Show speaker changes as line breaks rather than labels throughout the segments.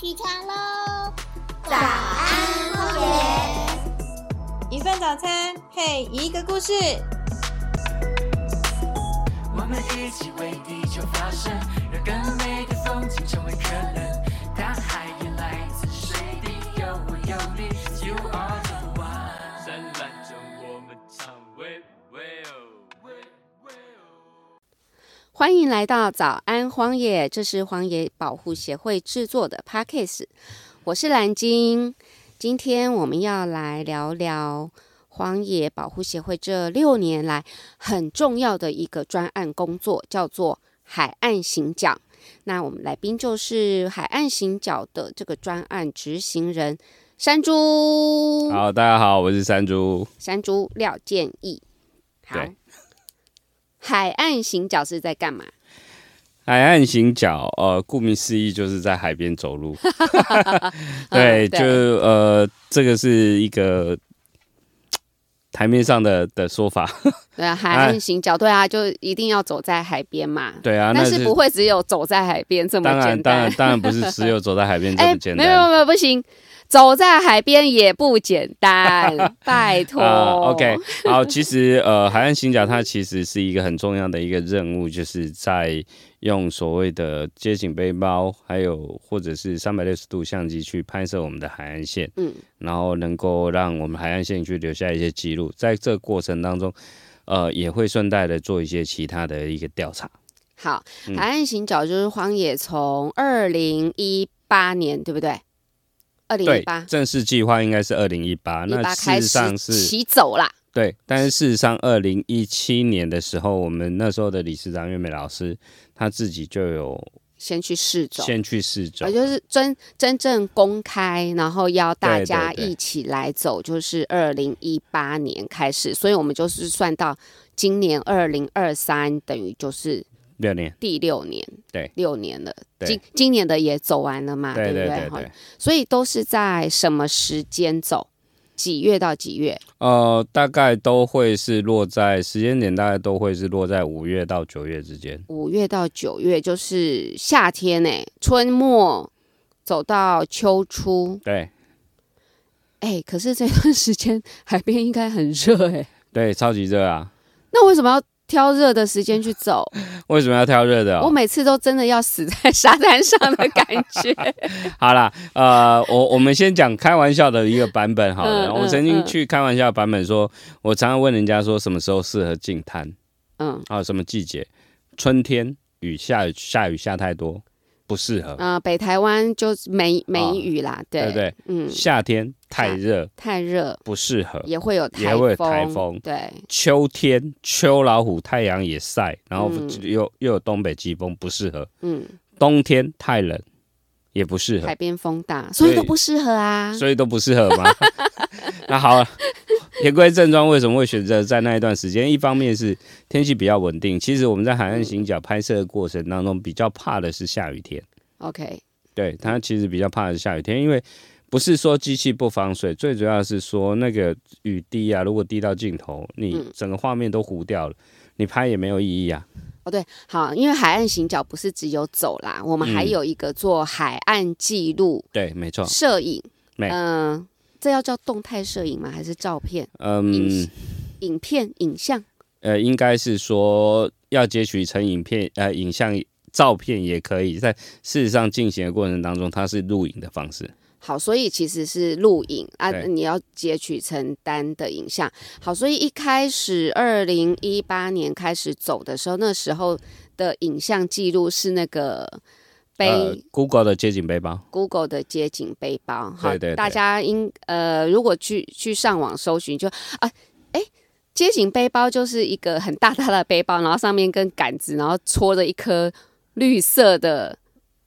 起床喽！
早安，荒野。
一份早餐配一个故事。
我们一起为地球发声，让更美的风景成为可能。大海也来自水滴，有我有你，You are the one。灿烂着我们唱喂喂哦。
欢迎来到早安荒野，这是荒野保护协会制作的 Podcast，我是蓝鲸。今天我们要来聊聊荒野保护协会这六年来很重要的一个专案工作，叫做海岸行脚。那我们来宾就是海岸行脚的这个专案执行人山猪。
好，大家好，我是山猪。
山猪廖建议。好
对，
海岸行脚是在干嘛？
海岸行脚，呃，顾名思义就是在海边 走路。对，
嗯
就呃，这个是一个嘖台面上的的说法。
对
哎
啊，海岸行脚，对啊，就一定要走在海边嘛。
对啊，那
但是不会只有走在海边 这么
当然，
简
当然，
单。
当然不是只有走在海边这
哎
么，简
没有没有
单。
没有，不行，走在海边也不简 单，拜托。
啊、o k 好，其实呃，海岸行脚它其实是一个很重要的一个任务，就是在用所谓的街景背包，还有或者是三百六十度相机去拍摄我们的海岸线。
嗯，
然后能够让我们海岸线去留下一些记录，在这个过程当中，呃，也会顺带的做一些其他的一个调查。
好，
嗯
海岸行脚就是荒野，从二零一八年对不对？二零一
对
八，
正式计划应该是二零一八，
一
那
八
事
开
实
始
上是
起走啦。
对，但是事实上，二零一七年的时候，我们那时候的理事长岳美老师，他自己就有
先去试走，
先去试走
我，呃哦就是真真正公开，然后邀大
对对
家
对
一起来走，就是二零一八年开始，所以我们就是算到今年二零二三，等于就是
六年，
第六年，
对，
六年了。
对
今今年的也走完了嘛，
对
不
对
哈
对。
所以都是在什么时间走？几月到几月？
呃，大概都会是落在时间点，大概都会是落在五月到九月之间。
五月到九月就是夏天诶、欸春末走到秋初，
对
哎、可是这段时间 海边应该很热欸诶、
对，超级热啊！
那为什么要挑热的时间去走？
为什么要挑热的、哦？
我每次都真的要死在沙滩上的感觉。
好啦，呃，我我们先讲开玩笑的一个版本好了。
嗯嗯
我曾经去开玩笑的版本说，我常常问人家说什么时候适合进滩
嗯
啊，什么季节？春天雨下雨下雨下太多，不适合，
呃，北台湾就是梅梅雨啦，对
啊对不对？
嗯，
夏天太热，
太热
不适合。
也会有
呃也
台
会有
风，
台风
对，
秋天秋老虎太阳也晒，然后
嗯
又、又有东北季风，不适合。
嗯，
冬天太冷，也不适合
海。边风大，所以
所以
都不适合啊。
所以都不适合吗？ 那好了，言归正传，为什么会选择在那一段时间？一方面是天气比较稳定，其实我们在海岸行脚拍摄的过程当中，比较怕的是下雨天。
OK，
对，它其实比较怕的是下雨天，因为不是说机器不防水，最主要是说那个雨滴啊，如果滴到镜头，你
嗯
整个画面都糊掉了，你拍也没有意义啊。
哦对，好，因为海岸行脚不是只有走啦，我们还
嗯
有一个做海岸记录、
对，没错，
摄影，
没
嗯、这要叫动态摄影吗？还是照片、
嗯
影，影片、影像？
呃，应该是说要截取成影片，呃，影像、照片也可以。在事实上进行的过程当中，它是录影的方式。
好，所以其实是录影啊，
对
你要截取成单的影像。好，所以一开始二零一八年开始走的时候，那时候的影像记录是那个背、
呃，Google 的街景背包，
Google 的街景背包。好，
对对
大
对
家应呃，如果去去上网搜寻就啊，哎。街景背包就是一个很大大的背包，然后上面跟杆子，然后戳着一颗绿色的，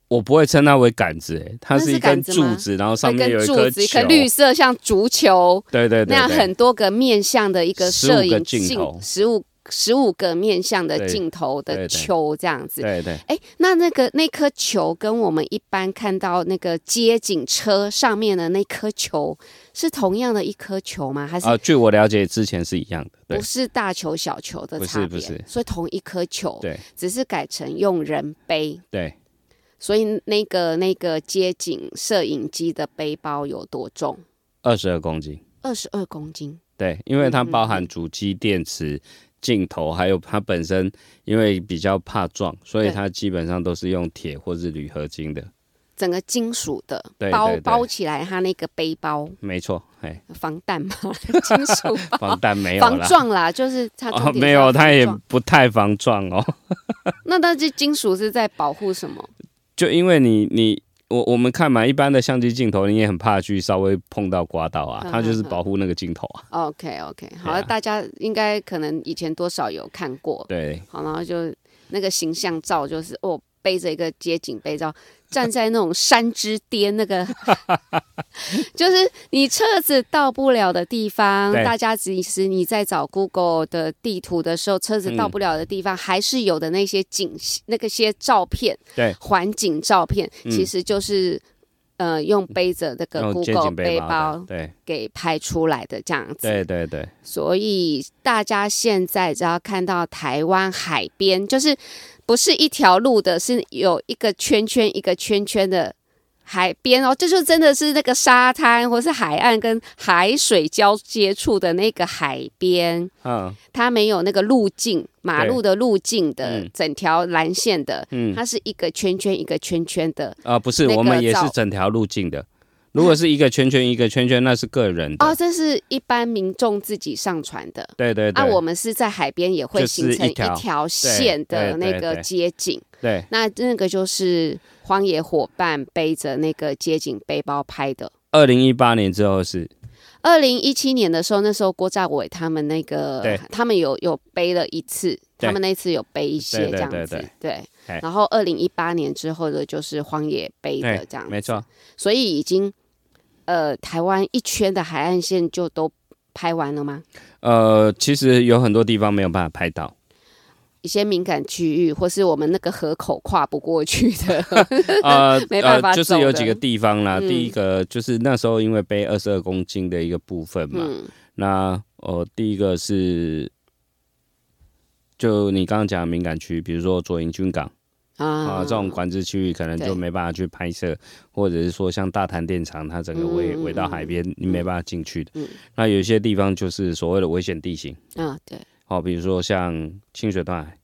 我不会称它为杆子、欸，它
那是
是一根
杆子吗
柱子，然后
那
上面
根
有一
柱
颗
子，一颗
球，
绿色像足球
对对对
那样
对
很多个面向的一个
15
摄影
个镜头
十五十五个面向的
对
镜头的
对对
球这样子。
对对
哎，那那个那颗球跟我们一般看到那个街景车上面的那颗球是同样的一颗球吗？还是
啊、据我了解，之前是一样的，对
不是大球小球的
不是
差别？
不是
哦所以同一颗球，
对
只是改成用人背。
对
所以那个那个街景摄影机的背包有多重？
二十二公斤。
二十二公斤。
对，因为它
嗯
包含主机、电池、镜头，还有它本身，因为比较怕撞，所以
对
它基本上都是用铁或是铝合金的。
整个金属的
对
包
对对
包起来，它那个背包
没错，哎，
防弹 嘛，金属包
防弹没有
防
啦。
撞啦，就是它重
哦，
点是
没有，它也
防撞
不太防撞哦。
那它这金属是在保护什么？
就因为你你我我们看嘛，一般的相机镜头，你也很怕去稍微碰到刮到啊，
嗯
它就是保护那个镜头啊。
OK OK，好
对啊
了，大家应该可能以前多少有看过，
对，
好，然后就那个形象照就是哦，背着一个街景背照，站在那种山之巅，那个 就是你车子到不了的地方，
对
大家其实你在找 Google 的地图的时候，车
嗯
子到不了的地方，还是有的那些景那个些照片，
对
环景照片，
嗯
其实就是。呃，用背着那个
用肩
Google
颈
背
包
包
的，对
给拍出来的这样子，
对对对，
所以大家现在只要看到台湾海边，就是不是一条路的，是有一个圈圈一个圈圈的海边哦，这就真的是那个沙滩或是海岸跟海水交接触的那个海边，
嗯
它没有那个路径马路的路径的
嗯
整条蓝线的，
嗯
它是一个圈圈一个圈圈的。
啊，不是，
那个
我们也是
照
整条路径的。如果是一个圈圈一个圈圈，那是个人的。
哦，这是一般民众自己上传的。
对对对，
啊，我们是在海边也会
就
形
是
成
一
一
条
条线的
对
那
对
个
对
街景，
对
那那个就是荒野伙伴背着那个街景背包拍的。
二零一八年之后是
二零一七年的时候，那时候郭兆伟他们那个
对，
他们有有背了一次，
对
他们那次有背一些
对对
这样
对
子
对，
对
哎。
然后二零一八年之后的就是荒野背
对
的这样，
没错，
所以已经呃台湾一圈的海岸线就都拍完了吗？
呃，其实有很多地方没有办法拍到，
一些敏感区域，或是我们那个河口跨不过去 的，
呃
没办法
呃，就是
走
有
的
几个地方啦。
嗯
第一个就是那时候因为背二十二公斤的一个部分嘛，
嗯，
那呃，第一个是就你刚刚讲的敏感区，比如说左营军港 啊、
啊
这种管制区域，可能
对
就没办法去拍摄，或者是说像大潭电厂，它整个围
嗯嗯
围到海边，你没办法进去的。
嗯
那有一些地方就是所谓的危险地形，
啊，对，
哦，比如说像清水断海，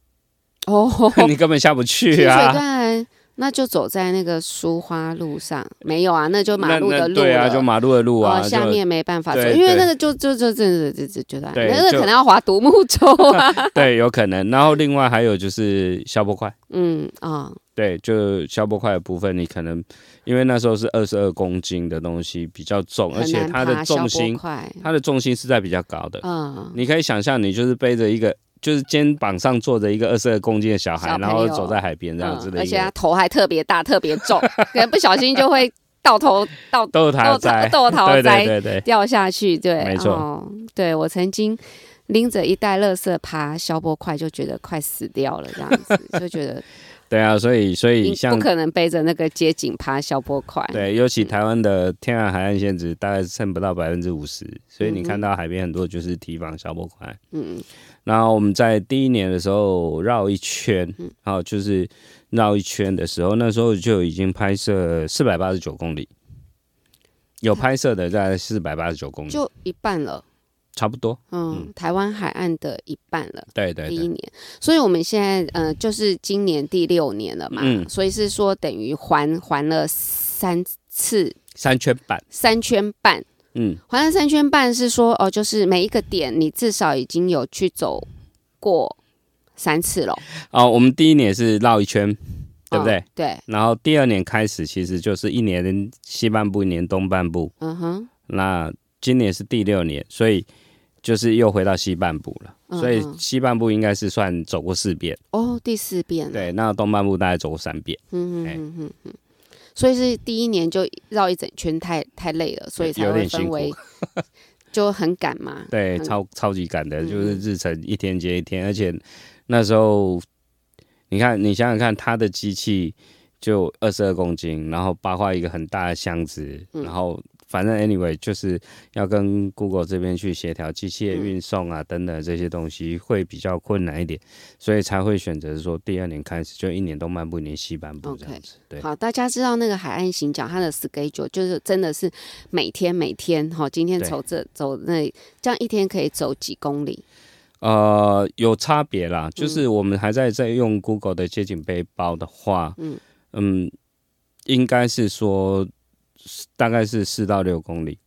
哦，
你根本下不
清
去
水
啊。
段，那就走在那个苏花路上，没有啊，那就马路的
那那
路
对啊，
了。
就马路的路啊，
哦，下
就
面没办法走，
对
因为
对
那个就就就就就就就就
对
那个
就
可能要划独木舟 啊。
对，有可能。然后另外还有就是消波块，
嗯啊，
对，就消波块的部分，你可能因为那时候是二十二公斤的东西比较重，而
很
且
难
它
爬，
的重
消波
心，
快
它的重心是在比较高的。
啊，
你可以想象，你就是背着一个，就是肩膀上坐着一个二十二公斤的小孩，
小朋友
然后走在海边这样子
嗯
的
而
一
且
个
他，头还特别大，特别重，可能不小心就会到头到
都有
到
他
头
在，
到 头
对
栽
对对对，
掉下去，对，
没错
哦、对我曾经拎着一袋垃圾爬消波块，就觉得快死掉了，这样子就觉 得
对啊，所以所以
你不
像。
可能背着那个街景爬消波块，
对，尤其台湾的天然海岸线值大概剩不到百分之五十，所以你看到海边很多就是提防消波块。
嗯，
然后我们在第一年的时候绕一圈，
嗯
然后就是绕一圈的时候，那时候就已经拍摄四百八十九公里，有拍摄的在四百八十九公里，
就一半了，
差不多。
嗯，台湾海岸的一半了。
对对
第一
对，
年，所以我们现在呃，就是今年第六年了嘛，
嗯
所以是说等于环环了三次
三圈半，
三圈半，
嗯，
环山三圈半是说哦，就是每一个点你至少已经有去走过三次了，
哦，我们第一年是绕一
哦
圈，对不对？
嗯对，
然后第二年开始，其实就是一年西半部，一年东半部。
嗯哼，
那今年是第六年，所以就是又回到西半部了。
嗯
所以
嗯
西半部应该是算走过四遍，
哦，第四遍了，
对，那东半部大概走过三遍。
嗯
哎
嗯嗯嗯嗯，所以是第一年就绕一整圈太太累了，所以才
有
会
点辛
分
苦
为 就很赶嘛，
对，
嗯
超超级赶的，
嗯
就是日程一天接一天，而且那时候你看，你想想看，他的机器就二十二公斤，然后包括一个很大的箱子，
嗯
然后反正 anyway 就是要跟 Google 这边去协调机
嗯
器的运送啊等等这些东西会比较困难一点，所以才会选择说第二年开始就一年东半部一年西半部这样子。对，
好，大家知道那个海岸行脚它的 schedule 就是真的是每天每天哈，今天
对
走这走那，这样一天可以走几公里？
呃，有差别啦，
嗯
就是我们还在在用 Google 的街景背包的话，
嗯
嗯应该是说大概是四到六公里，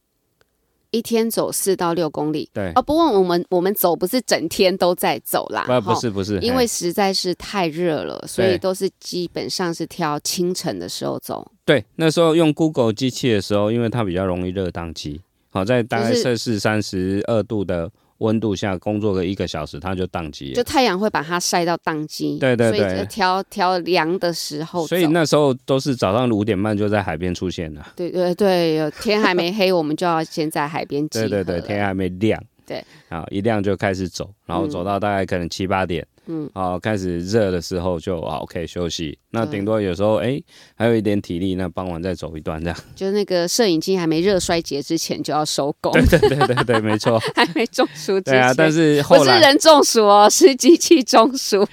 一天走四到六公里。
对，
哦，不过我们我们走不是整天都在走啦，
啊不不
哈
是不是，
因为
嘿
实在是太热了，所以
对
都是基本上是挑清晨的时候走，
对那时候用 Google 机器的时候，因为它比较容易热宕机，好在大概
就是
摄氏三十二度的温度下工作个一个小时，它就宕机了
就。太阳会把它晒到宕机，
对对
所以
对
就挑挑凉的时候走。
所以那时候都是早上五点半就在海边出现了，
对对对，有天还没黑，我们就要先在海边集合
对
了。
对对，天还没亮，
对，
好一亮就开始走，然后走到大概可能七八点，
嗯，
好开始热的时候就好可以休息，那
对
顶多有时候哎、还有一点体力，那傍晚再走一段 这样，
就是那个摄影机还没热衰竭之前就要收 工，
对对对对，没 错，
还没中暑之前。
对啊，但是
不
后
是
来
人中暑哦，是机器中暑。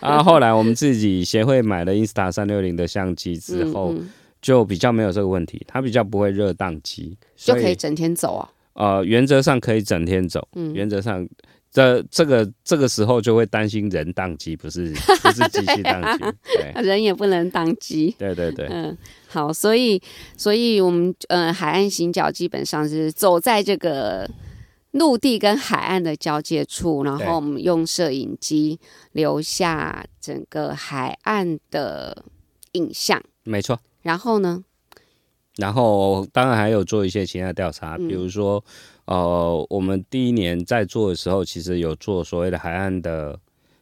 啊，后来我们自己协会买了 Insta 三六零的相机之后，
嗯嗯
就比较没有这个问题，它比较不会热宕机，
就
所
可以
以
整天走哦。
呃，原则上可以整天走，
嗯
原则上。这这个这个时候就会担心人宕机，不是不是机 器
对啊
宕机，对
人也不能当机。
对对对，
嗯，好，所以所以我们呃海岸行脚基本上是走在这个陆地跟海岸的交界处，然
对
后我们用摄影机留下整个海岸的影像，
没错。
然后呢，
然后当然还有做一些其他的调查，
嗯
比如说，呃，我们第一年在做的时候，其实有做所谓的海岸的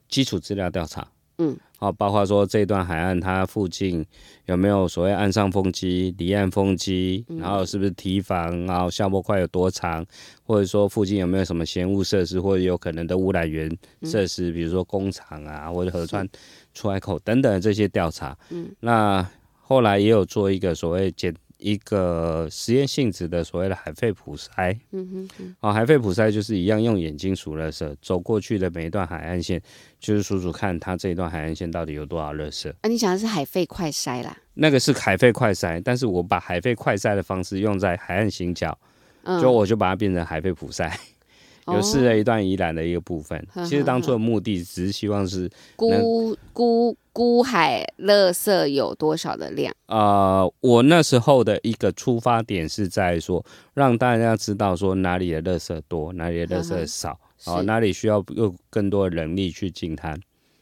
基础资料调查，
嗯，
好，包括说这段海岸它附近有没有所谓岸上风机、离岸风机，
嗯
然后是不是堤防，啊然后下坡块有多长，或者说附近有没有什么嫌恶设施或者有可能的污染源设
嗯
施，比如说工厂啊或者河川出海口等等的这些调查，嗯，那后来也有做一个所谓简一个实验性质的所谓的海肺普筛，
嗯哼，
啊，海肺普筛就是一样用眼睛数热色，走过去的每一段海岸线，就是数数看它这一段海岸线到底有多少热色。
啊，你想的是海肺快筛啦，
那个是海肺快筛，但是我把海肺快筛的方式用在海岸行脚，
嗯，
就我就把它变成海肺普筛， 有试
哦
了一段宜兰的一个部分。
呵
其实当初的目的只是希望是，
估估估海垃圾有多少的量？
呃，我那时候的一个出发点是在说，让大家知道说哪里的垃圾多，哪里的垃
呵呵
圾少。
是
哦，哪里需要有更多的人力去进滩，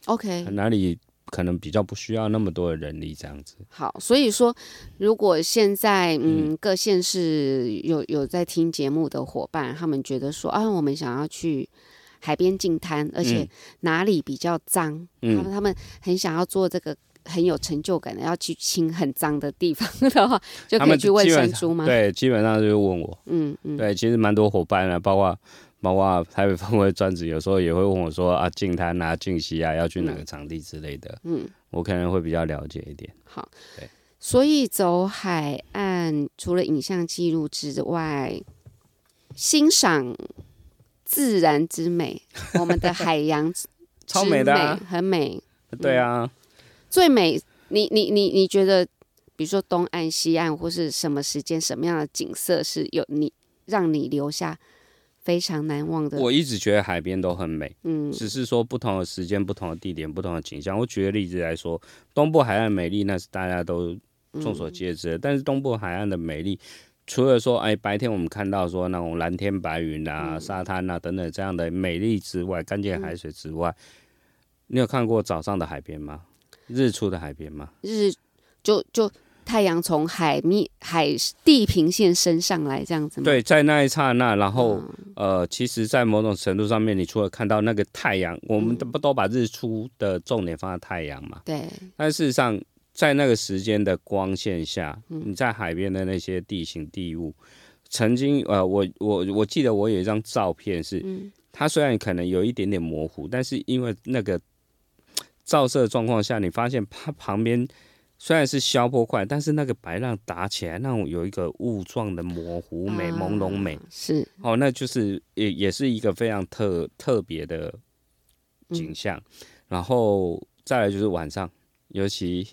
OK，
哪里可能比较不需要那么多的人力这样子。
好，所以说，如果现在嗯各县市有有在听节目的伙伴，他们觉得说啊，我们想要去海边净滩，而且
嗯
哪里比较脏，他们他们很想要做这个很有成就感的，要去清很脏的地方的话，就
他
可以
们
去问
基本
山
上
猪吗？，
对，基本上就是问我。
嗯嗯，
对，其实蛮多伙伴啊，包括包括台北分会专职，有时候也会问我说啊，进滩啊、进西啊，要去哪个场地之类的。
嗯
嗯，我可能会比较了解一点。
好
对。
所以走海岸除了影像记录之外，欣赏自然之美，我们的海洋
超
之嗯
美的、啊，
很美。
对啊，
最美，你你你你觉得，比如说东岸、西岸，或是什么时间、什么样的景色是有你让你留下非常难忘的？
我一直觉得海边都很美，
嗯
只是说不同的时间、不同的地点、不同的景象。我举个例子来说，东部海岸美丽那是大家都
嗯
众所皆知的，但是东部海岸的美丽。除了说，哎，白天我们看到说那种蓝天白云啊、沙滩啊等等这样的美丽之外，干净的海水之外，你有看过早上的海边吗？日出的海边吗？
日就就太阳从海面海地平线升上来这样子吗？
对，在那一刹那，然后、
嗯
呃，其实，在某种程度上面，你除了看到那个太阳，我们都不都把日出的重点放在太阳嘛？
对，
但事实上，在那个时间的光线下，你在海边的那些地形地物，曾经呃，我我我记得我有一张照片是，
嗯
它虽然可能有一点点模糊，但是因为那个照射状况下，你发现它旁边虽然是消波块，但是那个白浪打起来，那种有一个雾状的模糊美、
啊
朦胧美，
是
哦，那就是也也是一个非常特特别的
嗯
景象。然后再来就是晚上，尤其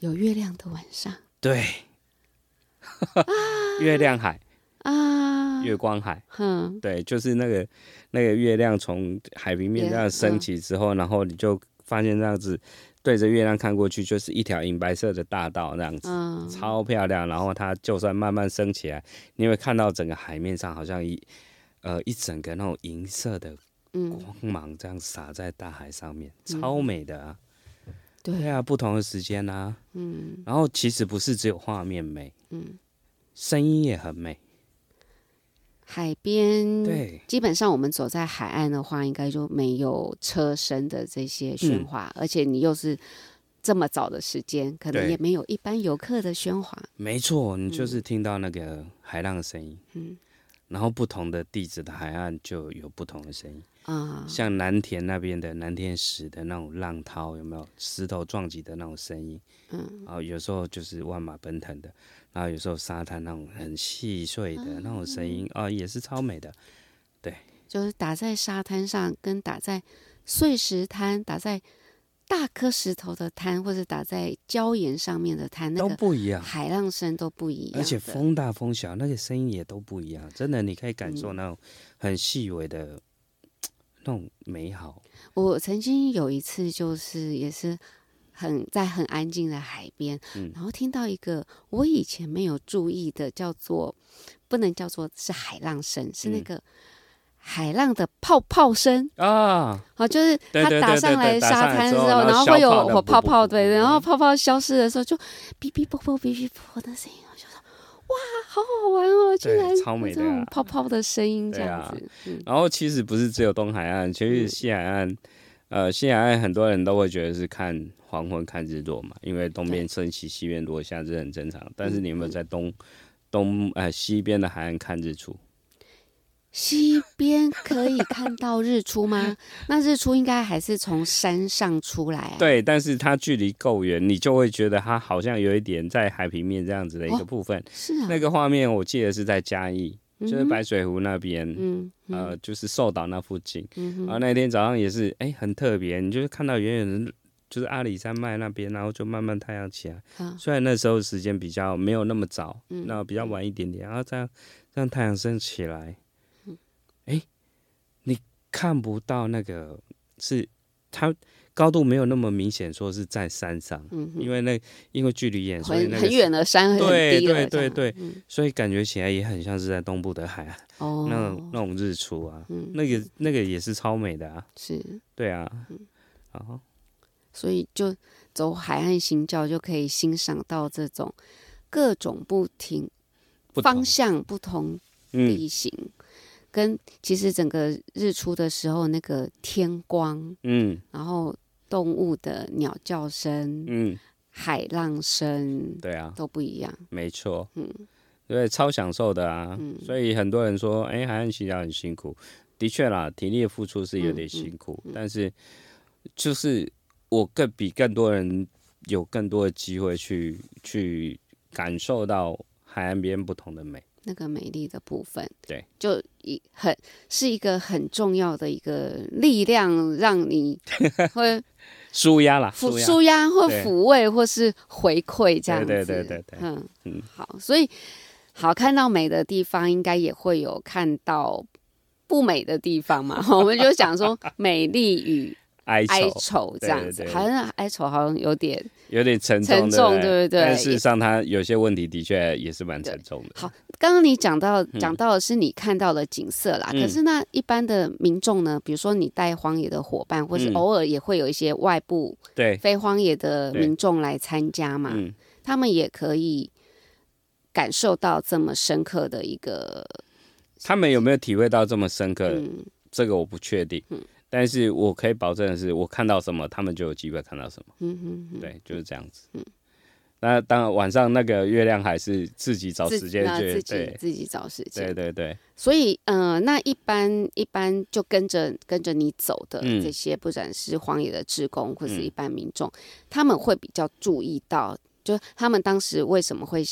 有月亮的晚上
对， 月亮海、
啊，
月光海，
哼，
对，就是那个那个月亮从海平面
也
这样升起之后，然后你就发现这样子对着月亮看过去，就是一条银白色的大道那样子。
嗯，
超漂亮，然后它就算慢慢升起来，你会看到整个海面上好像一呃一整个那种银色的
嗯，
光芒这样洒在大海上面，超美的啊！对
对，
啊，不同的时间啊，
嗯
然后其实不是只有画面美，
嗯，
声音也很美。
海边，
对
基本上我们走在海岸的话，应该就没有车声的这些
嗯
喧哗，而且你又是这么早的时间，可能
对
也没有一般游客的喧哗，
没错，你就是听到那个海浪的声音，
嗯
然后不同的地址的海岸就有不同的声音，
啊、
像南田那边的南天石的那种浪涛，有没有石头撞击的那种声音？
嗯，
然后有时候就是万马奔腾的，然后有时候沙滩那种很细碎的那种声音啊、也是超美的。
就是打在沙滩上，跟打在碎石滩，打在大颗石头的滩，或者打在礁岩上面的滩，那
都
个
不一样，
海浪声都不一样的，
而且风大风小，那个声音也都不一样。真的，你可以感
嗯
受那种很细微的、那种美好。
我曾经有一次，就是也是很在很安静的海边，
嗯
然后听到一个我以前没有注意的，叫做不能叫做是海浪声，是那
嗯
个海浪的泡泡声。
啊，
好，就是
对
它
对
打
对
上
对
来
打上
沙
来
滩
之
之
后
后，
然后
然后
小
会有
泡的
我
噗
泡
噗
泡，
噗
对，
噗
然后
噗
泡泡消失的时候就哔哔啵啵哔哔啵的声音，我就说哇，好好玩哦，居
对
然
超美
有这
的
种
啊
泡泡的声音这
对
样
啊
子，嗯
然后其实不是只有东海岸，其实西海岸，呃，西海岸很多人都会觉得是看黄昏、看日落嘛，因为东边升起，西边落下，这很正常。
嗯
但是你有没有在东东呃西边的海岸看日出？
西边可以看到日出 吗？那日出应该还是从山上出来、啊。，
对，但是它距离够远，你就会觉得它好像有一点在海平面这样子的一
哦
个部分。
是啊，
那个画面我记得是在嘉义，就是
嗯哼
白水湖那边，
嗯嗯
呃，就是寿岛那附近。
嗯
然
哼
后那天早上也是，哎、很特别，你就是看到远远的，就是阿里山脉那边，然后就慢慢太阳起来。
啊
虽然那时候时间比较没有那么早，
嗯
那比较晚一点点，然后这样让太阳升起来，
嗯
哎、你看不到那个是它高度没有那么明显，说是在山上，
嗯
因
哼，
为那因为距离远，所以
很
那个
很远的山很
对
低了
对对
这样嗯
对，所以感觉起来也很像是在东部的海岸，
哦，
那种那种日出啊，
嗯
那个那个也是超美的啊，
是，
对啊，
嗯
然后
所以就走海岸行脚就可以欣赏到这种各种不停
不
方
同
向不同
嗯
地形，跟其实整个日出的时候那个天光，
嗯
然后动物的鸟叫声，
嗯，
海浪声
对啊，
都不一样。
没错，
嗯
对，超享受的啊，
嗯
所以很多人说，哎、海岸洗脚很辛苦，的确啦，体力的付出是有
嗯
点
嗯
辛苦，但是就是我更比更多人有更多的机会去去感受到海岸边不同的美，
那个美丽的部分，
对，
就一很是一个很重要的一个力量，让 你会
舒压啦，
抚
舒压。
舒压或
对
抚慰或是回馈这样子。
对对对对对
嗯嗯
嗯，
好，所以好看到美的地方，应该也会有看到不美的地方嘛。我们就讲说 美丽与
哀愁，
哀愁这样子，
对对对
好像哀愁好像有点
有点沉
沉
重，
重
不
对不对
但事实上，它有些问题的确也是蛮沉重的。
好刚刚你讲到讲到的是你看到的景色啦，
嗯
可是那一般的民众呢，比如说你带荒野的伙伴，或是
嗯
偶尔也会有一些外部
对，
非荒野的
对
民众来参加嘛，
嗯，
他们也可以感受到这么深刻的一个，
他们有没有体会到这么深刻？
嗯
这个我不确定。但是我可以保证的是，我看到什么，他们就有机会看到什么。
嗯嗯嗯，
对，就是这样子。那当然，晚上那个月亮还是自己找
自
时间
那
去，
自己
对，
自己找时间
对，对对，
所以，呃，那一般一般就跟着跟着你走的
嗯
这些，不管是荒野的志工或是
嗯
一般民众，他们会比较注意到就他们当时为什么会，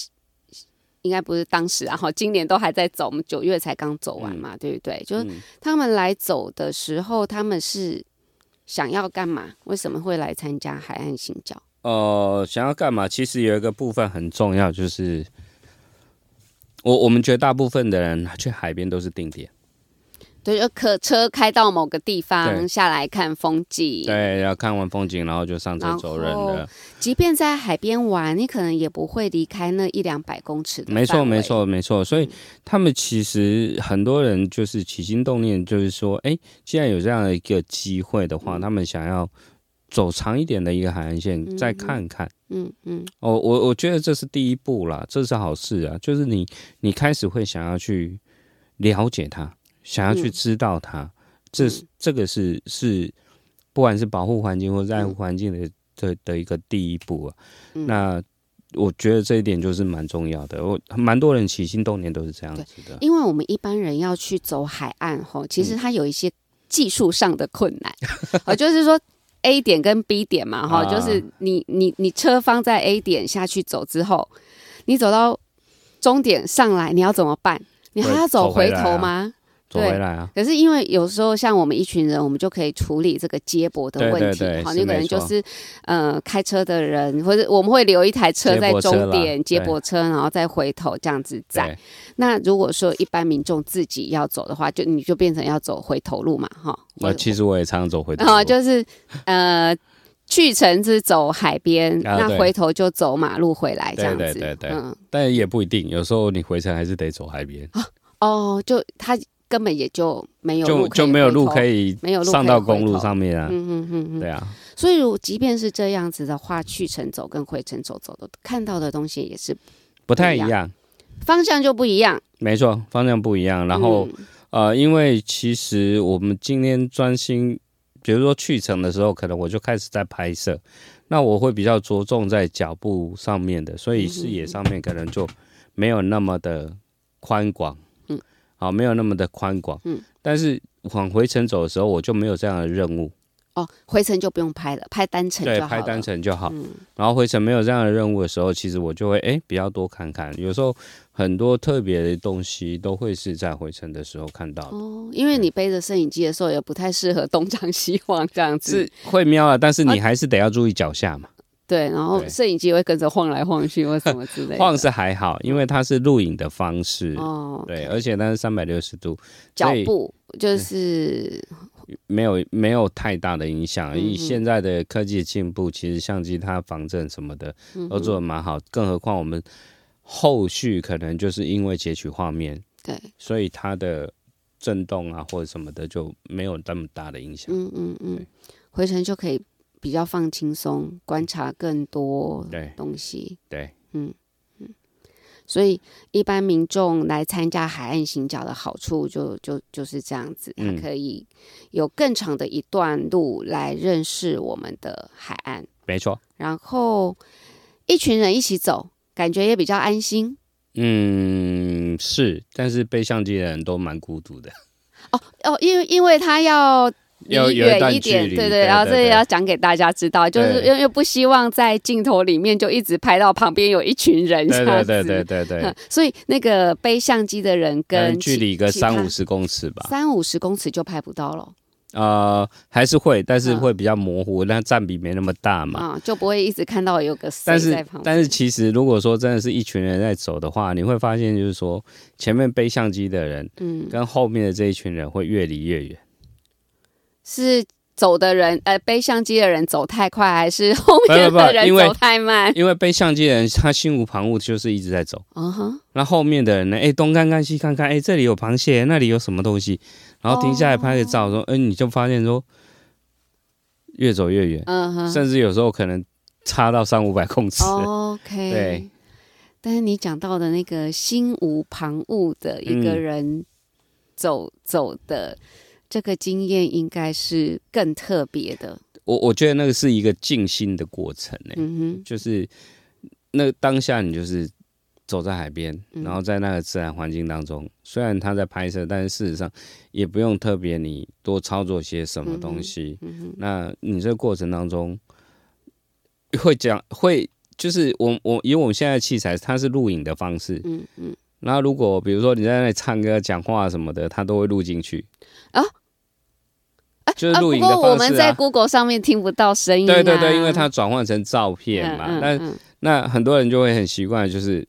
应该不是当时啊，然后今年都还在走，我们九月才刚走完嘛，对不对？就是
嗯
他们来走的时候，他们是想要干嘛？为什么会来参加海岸行脚？
呃，想要干嘛？其实有一个部分很重要，就是我我们绝大部分的人去海边都是定点，
对，就可车开到某个地方
对
下来看风景。，
对，然后看完风景，然后就上车走人
然
了。
即便在海边玩，你可能也不会离开那一两百公尺的
没错，
范围
没。错，没错。所以他们其实很多人就是起心动念，就是说，哎、既然有这样的一个机会的话，他们想要走长一点的一个海岸线，再看看。
嗯嗯，
哦，我我觉得这是第一步啦，这是好事啊，就是你你开始会想要去了解它，想要去
嗯
知道它，这是这个是是不管是保护环境或是爱护环境的、的的一个第一步啊。
嗯
那我觉得这一点就是蛮重要的，我蛮多人起心动念都是这样
对
子的。
因为我们一般人要去走海岸
嗯
吼，其实它有一些技术上的困 难，哦，就是说 A 点跟 B 点嘛，哈、
啊
就是你你你车方在 A 点下去走之后，你走到终点上来，你要怎么办？你还要走回
啊
头吗？
走回来啊，
可是因为有时候像我们一群人，我们就可以处理这个接驳的问题
对对对。
好，
是
你可能
没
就
错
是呃开车的人，或者我们会留一台车在
接驳车
终
啦
点接
对
驳车，然后再回头这样子载
对。
那如果说一般民众自己要走的话，就你就变成要走回头路嘛，哈。
那呃 其实我也常常走回头
然
路，
后哦就是呃，去程是走海边，
啊
那
对
回头就走马路回来这
对
样子。
对对对
嗯，
但也不一定，有时候你回程还是得走海边，
哦，就他根本也就没有
就
路可以
就没有路
回头
可。以
没有路可以
上到公
回
路
头
上面啊，
嗯嗯嗯嗯。
对啊。
所以，如即便是这样子的话，去程走跟回程走走的看到的东西也是
不太一
不一
样，
方向就不一样。
没错，方向不一样。然后、
嗯
呃，因为其实我们今天专心，比如说去程的时候，可能我就开始在拍摄，那我会比较着重在脚步上面的，所以视野上面可能就没有那么的宽广，
嗯，
好，没有那么的宽广，
嗯，
但是往回程走的时候，我就没有这样的任务，
哦，回程就不用拍了，拍单程就
对，
好
拍单
了。
程就好。
嗯
然后回程没有这样的任务的时候，其实我就会哎比较多看看，有时候很多特别的东西都会是在回程的时候看到的，
哦，因为你背着摄影机的时候，也不太适合东张西望这样子。
是会瞄啊，但是你还是得要注意脚下嘛。
对，然后
对
摄影机会跟着晃来晃去或什么之类的。
晃是还好，因为它是录影的方式，
嗯哦，
对，而且它是三百六十度，
脚
所以
步就是
没有没有太大的影响。
嗯
以现在的科技的进步，其实相机它防震什么的
嗯
都做的蛮好，更何况我们后续可能就是因为截取画面，
对，
所以它的震动啊或者什么的就没有那么大的影响。
嗯嗯嗯
对，
回程就可以比较放轻松，观察更多
对
东西。
对，
所以一般民众来参加海岸行脚的好处就就就是这样子，它
嗯
可以有更长的一段路来认识我们的海岸，
没错。
然后一群人一起走，感觉也比较安心。
嗯，是，但是背相机的人都蛮孤独的，
哦，因为因为他要离
要有一
远
段
一
距
点，
离
对
对
然后
对
这也
对
要讲给大家知道，就是
对
因为不希望在镜头里面就一直拍到旁边有一群人这
对
样
对
子，
对对对对
嗯，所以那个背相机的人
可能
跟
距离个三五
十
十公尺吧，
三五十公尺就拍不到了
呃，还是会，但是
嗯
会比较模糊，那占比没那么大嘛。
啊、就不会一直看到有个谁
但是
在旁边。
但是其实如果说真的是一群人在走的话，你会发现就是说前面背相机的人
嗯，
跟后面的这一群人会越离越远。
是走的人呃背相机的人走太快，还是后
不
面
不
的人
因为
走太慢？
因为背相机的人他心无旁骛，就是一直在走。
嗯哼，
那后面的人呢？哎、东看看西看看，哎、这里有螃蟹，那里有什么东西，然后停下来拍个照，
哦
说，哎、你就发现说，越走越远，
嗯哦哼，
甚至有时候可能差到三五百公尺。
OK，
对。
但是你讲到的那个心无旁骛的一个
嗯
人走、走的这个经验，应该是更特别的。
我我觉得那个是一个静心的过程、哎、
嗯
就是那当下你就是走在海边，
嗯
然后在那个自然环境当中，虽然他在拍摄，但是事实上也不用特别你多操作些什
嗯
么东西。
哼，嗯哼，
那你这个过程当中会讲会就是我我以我们现在的器材，它是录影的方式。
嗯嗯，
那如果比如说你在那里唱歌、讲话什么的，它都会录进去。
啊，
就是录
不
影的方式、啊
过我们在 Google 上面听不到声音、啊。
对对对，因为它转换成照片嘛，
嗯
那
嗯
那很多人就会很习惯，就是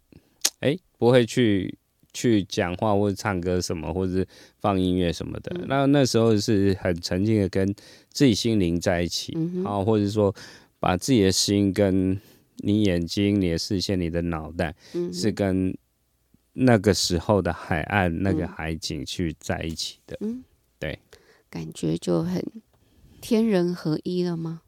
哎、诶不会去去讲话或者唱歌什么，或者是放音乐什么的。
嗯
那那时候是很沉浸的跟自己心灵在一起，
嗯哼
啊，或者说把自己的心跟你眼睛、你的视线、你的脑袋
嗯
是跟那个时候的海岸、那个
嗯
海景去在一起的。
感觉就很天人合一了吗？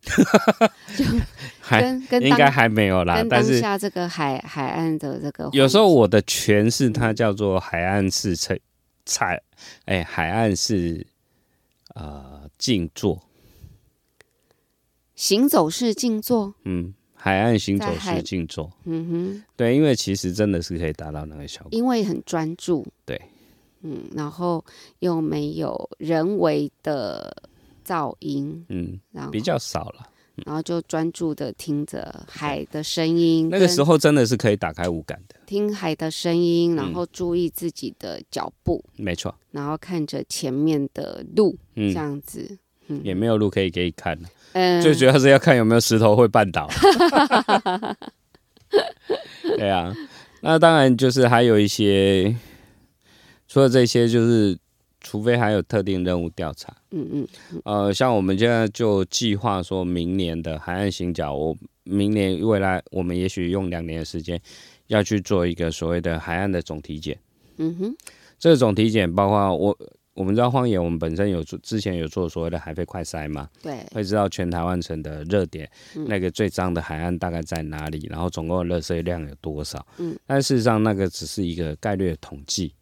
还
跟跟
应
当
该还没有啦
跟，
但
当
是
下这个海海岸的这个
有时
环嗯
候我的诠释它叫做海岸式采采，哎、海岸式呃静坐，
行走式静坐，
嗯，海岸行走
在海
式静坐，
嗯哼，
对，因为其实真的是可以达到那个效果，
因为很专注，
对，
嗯，然后又没有人为的噪音，
嗯，
然后
比较少了。
然后就专注的听着海的声音，
那个
嗯跟
时候真的是可以打开五感的，
听海的声音，
嗯
然后注意自己的脚步，
没错，
然后看着前面的路，这
嗯，
样子，嗯，
也没有路可以给你看了，
嗯，
最主要是要看有没有石头会 绊倒。对啊，那当然就是还有一些，除了这些，就是除非还有特定任务调查，
嗯嗯
呃，像我们现在就计划说明年的海岸行脚，我明年未来我们也许用两年的时间，要去做一个所谓的海岸的总体检。
嗯哼，
这个总体检包括我，我们知道荒野，我们本身有做之前有做所谓的海飞快筛嘛，
对，嗯
会知道全台湾省的热点，那个最脏的海岸大概在哪里，然后总共的垃圾量有多少。
嗯，
但事实上那个只是一个概率的统计。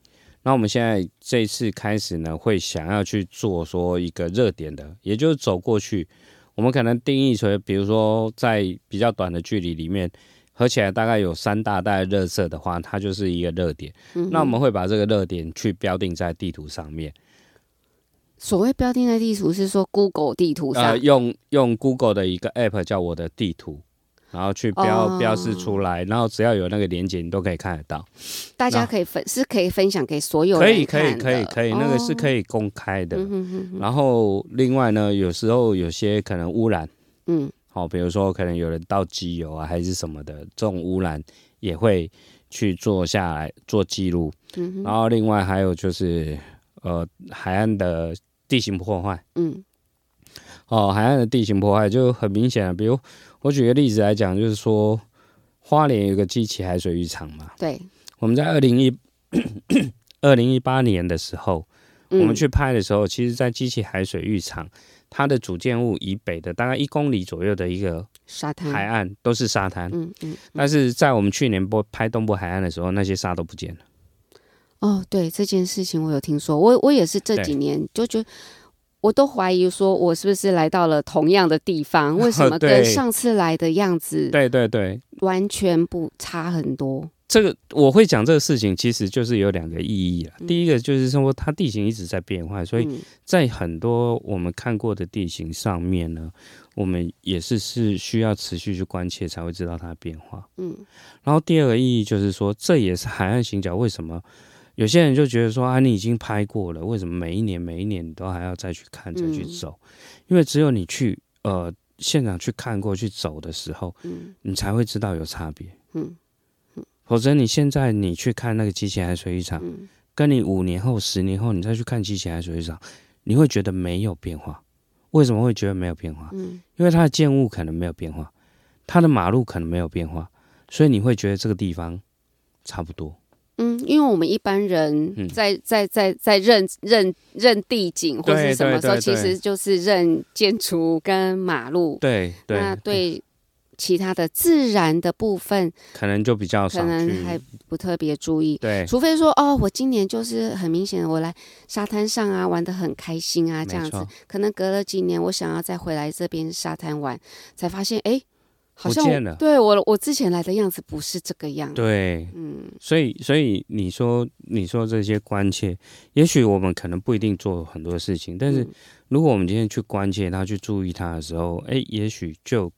那我们现在这一次开始呢，会想要去做说一个热点的，也就是走过去，我们可能定义成，比如说在比较短的距离里面。合起来大概有三大袋热色的话，它就是一个热点。
嗯哼
那我们会把这个热点去标定在地图上面。
所谓标定在地图是说 Google 地图上，
呃，用用 Google 的一个 App 叫我的地图，然后去标、
哦
标示出来，然后只要有那个连接，你都可以看得到。
大家
那
可以分是可以分享给所有
可以
人
可以
看的
可以可以，那个是可
以，
以公开的。
嗯哼哼哼
然后另外呢，有时候有些可能污染，
嗯
好、比如说可能有人倒机油啊，还是什么的，这种污染也会去做下来做记录。
嗯哼
然后另外还有就是，呃，海岸的地形破坏。
嗯
哦，海岸的地形破坏就很明显了。啊比如我举个例子来讲，就是说花莲有个激起海水浴场嘛，
对，
我们在二零一二零一八年的时候，
嗯
我们去拍的时候，其实在激起海水浴场，它的主建物以北的大概一公里左右的一个
沙滩
海岸都是沙滩，
嗯嗯，
但是在我们去年播拍东部海岸的时候，那些沙都不见了。
哦，对这件事情我有听说，我我也是这
对
几年就觉得。我都怀疑说，我是不是来到了同样的地方？为什么跟
对
上次来的样子
对对对，
完全不差很多？
这个我会讲这个事情，其实就是有两个意义了。啊第一个就是说，它地形一直在变化，所以
嗯
在很多我们看过的地形上面呢，我们也是是需要持续去关切，才会知道它的变化。
嗯
然后第二个意义就是说，这也是海岸行脚为什么有些人就觉得说啊，你已经拍过了，为什么每一年每一年你都还要再去看再去
嗯
走？因为只有你去呃现场去看过去走的时候，
嗯
你才会知道有差别。
嗯
否则你现在你去看那个机器海水浴场，
嗯
跟你五年后、十年后你再去看机器海水浴场，你会觉得没有变化。为什么会觉得没有变化？
嗯
因为它的建物可能没有变化，它的马路可能没有变化，所以你会觉得这个地方差不多。
嗯，因为我们一般人
嗯
在、在在在认认认地景或是
对
什么时候，
对对
其
对
实就是认建筑跟马路。
对对
那，对其他的自然的部分，
可能就比较
可
少
能还
去。
不特别注意。
对，
除非说哦，我今年就是很明显，我来沙滩上啊玩的很开心啊，这样
没
子
错。
可能隔了几年，我想要再回来这边沙滩玩，才发现哎，好像
不
我
见了
对我我之前来的样子不是这个样。，
对，
嗯
所以，所以你说，你说这些关切，也许我们可能不一定做很多事情，但是
嗯
如果我们今天去关切它、去注意它的时候，哎、也许就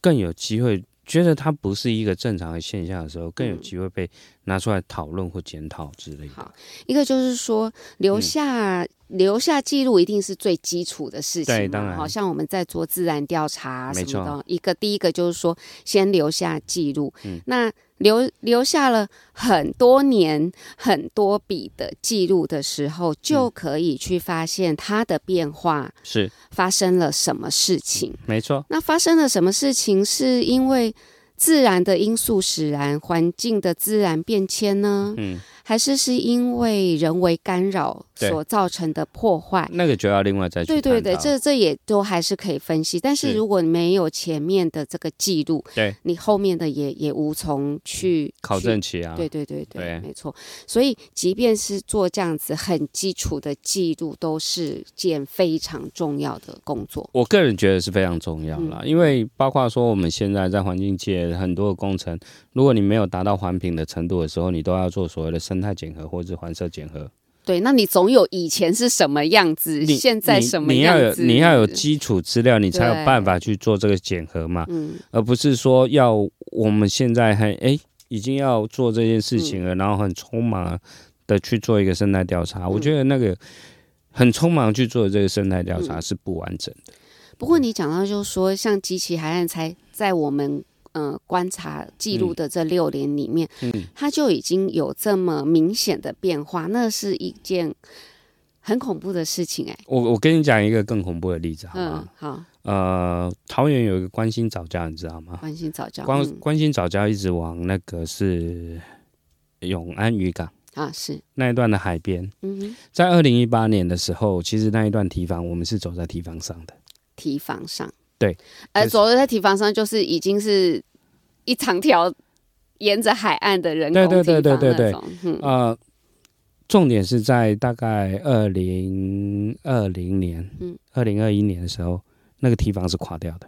更有机会觉得它不是一个正常的现象的时候，更有机会被拿出来讨论或检讨之类的。
嗯好一个就是说，
嗯
留下、留下记录一定是最基础的事情嘛。
对当然
好像我们在做自然调查什
没
么的
错，
一个第一个就是说，先留下记录。
嗯
那留留下了很多年、很多笔的记录的时候，
嗯
就可以去发现它的变化
是，
发生了什么事情。
没错，
那发生了什么事情？是因为自然的因素使然，环境的自然变迁呢？
嗯，
还是是因为人为干扰
对
所造成的破坏？
那个就要另外再去
对对
探
对，
讨
这这也都还是可以分析，但是
是
如果没有前面的这个记录，
对
你后面的也也无从去
考
去
证期啊，
对对对对，
对
没错。所以，即便是做这样子很基础的记录，都是件非常重要的工作。
我个人觉得是非常重要
嗯
啦，因为包括说我们现在在环境界很多的工程，如果你没有达到环评的程度的时候，你都要做所谓的生态检核或者是环社检核。
对，那你总有以前是什么样子，
你
现在什么
你你
样
要有
子
你要有基础资料，你才
对
有办法去做这个检核嘛，
嗯，
而不是说要我们现在还哎、已经要做这件事情
嗯
了，然后很匆忙的去做一个生态调查。我觉得那个很匆忙去做这个生态调
嗯
查是不完整的。
不过你讲到就是说，像基奇海岸才在我们呃观察记
嗯
录的这六年里面，嗯，它就已经有这么明显的变化，那是一件很恐怖的事情哎、
我我跟你讲一个更恐怖的例子好啊吗？
嗯，好，
呃，桃园有一个关心早教，你知道吗？
关心早教，
关
哦嗯、
关心早教一直往那个是永安渔港
啊是，
那一段的海边，
嗯哼，
在二零一八年的时候，其实那一段提防我们是走在提防上的，
提防上，
对，
呃，
就是
走在提防上就是已经是一长条沿着海岸的人
对
工
对对
堤防
对对
那种嗯。
呃，重点是在大概二零二零年，
嗯
嗯，二零二一年的时候，那个提防是垮掉的，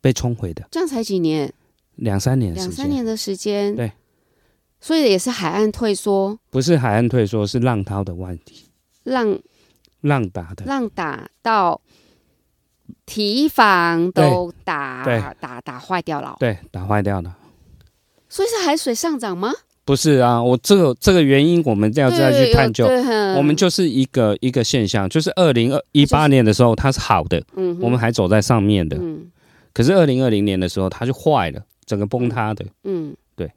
被冲毁的，
这样才几年，
两三年的时
两
间，
三年的时间，
对，
所以也是海岸退缩，
不是海岸退缩，是浪涛的问题，
浪
浪打的，
浪打到提防都打
对
打打坏掉了，
对，打坏掉了。
所以是海水上涨吗？
不是啊，我这个这个原因我们要再
对
去探究。
有对嗯
我们就是一个一个现象，就是二零二一八年的时候它是好的，
嗯哼，
我们还走在上面的，
嗯
可是二零二零年的时候它就坏了，整个崩塌的。
嗯
对，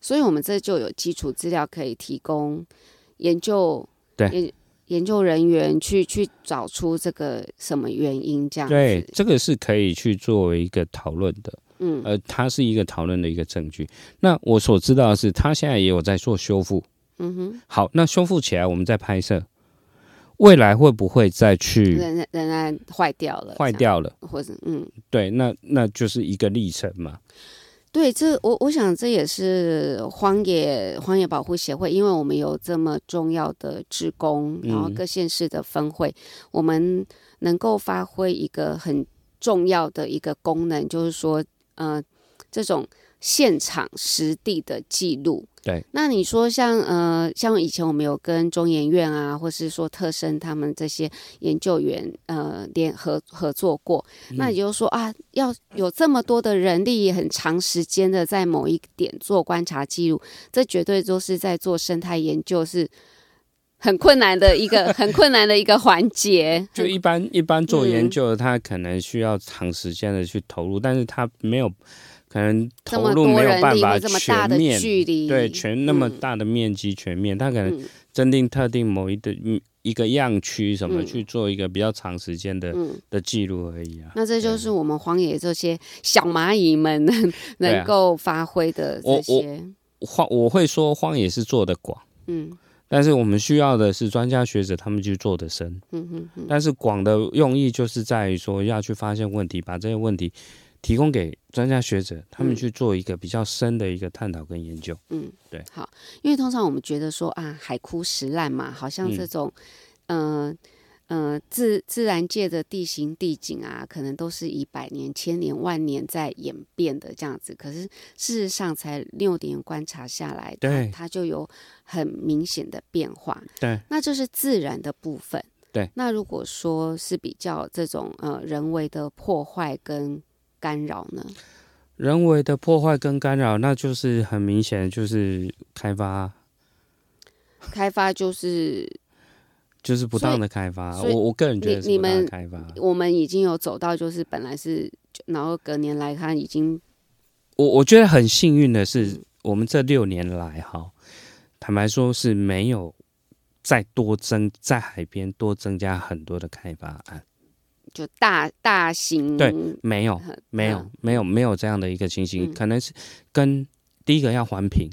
所以我们这就有基础资料可以提供研究，
对
研研究人员去去找出这个什么原因这样子，
对，这个是可以去作为一个讨论的，
嗯
呃，它是一个讨论的一个证据。那我所知道的是，它现在也有在做修复。
嗯哼，
好，那修复起来我们再拍摄，未来会不会再去
仍然仍然坏掉了，
坏掉了？
这样，或者嗯。
对，那那就是一个历程嘛。
对，这我我想这也是荒野荒野保护协会，因为我们有这么重要的职工，然后
嗯
各县市的分会，我们能够发挥一个很重要的一个功能，就是说，呃，这种现场实地的记录。
对，
那你说像呃，像以前我们有跟中研院啊，或是说特生他们这些研究员呃联合合作过，
嗯
那也就是说啊，要有这么多的人力，很长时间的在某一点做观察记录，这绝对都是在做生态研究是很困难的一 个很困难的一个环节。
就一般一般做研
嗯
究的，他可能需要长时间的去投入，但是他没有可能
这
投
么
入
多
没
人
有办
力
法
或这么大
全
的
面，
距离，
对全那么
嗯
大的面积全面，他可能
嗯
针定特定某一的嗯一个样区什么
嗯
去做一个比较长时间的
嗯，
的记录而已啊。
那这就是我们荒野这些小蚂蚁 们能
对啊
能够发挥的这
我我
些，
荒我会说荒野是做的广，
嗯
但是我们需要的是专家学者他们去做的深。
嗯嗯嗯，
但是广的用意就是在于说要去发现问题，把这些问题提供给专家学者，他们去做一个比较深的一个探讨跟研究。
嗯，
对，
好，因为通常我们觉得说啊，海枯石烂嘛，好像这
嗯
种，嗯呃呃，自自然界的地形地景啊，可能都是以百年、千年、万年在演变的这样子。可是事实上，才六年观察下来，它
对
它就有很明显的变化。
对，
那这是自然的部分。
对，
那如果说是比较这种呃人为的破坏跟干扰呢？
人为的破坏跟干扰，那就是很明显，就是开发，
开发就是
就是不当的开发。
所以
我我个人觉得
你
是
你
不当
们
的开发。
我们已经有走到，就是本来是，然后隔年来看已经
我我觉得很幸运的
嗯
是，我们这六年来哈，坦白说是没有再多增在海边多增加很多的开发案，
就大大型
对 没有，
很
没有，没有，没有这样的一个情形，
嗯
可能是跟第一个要环评，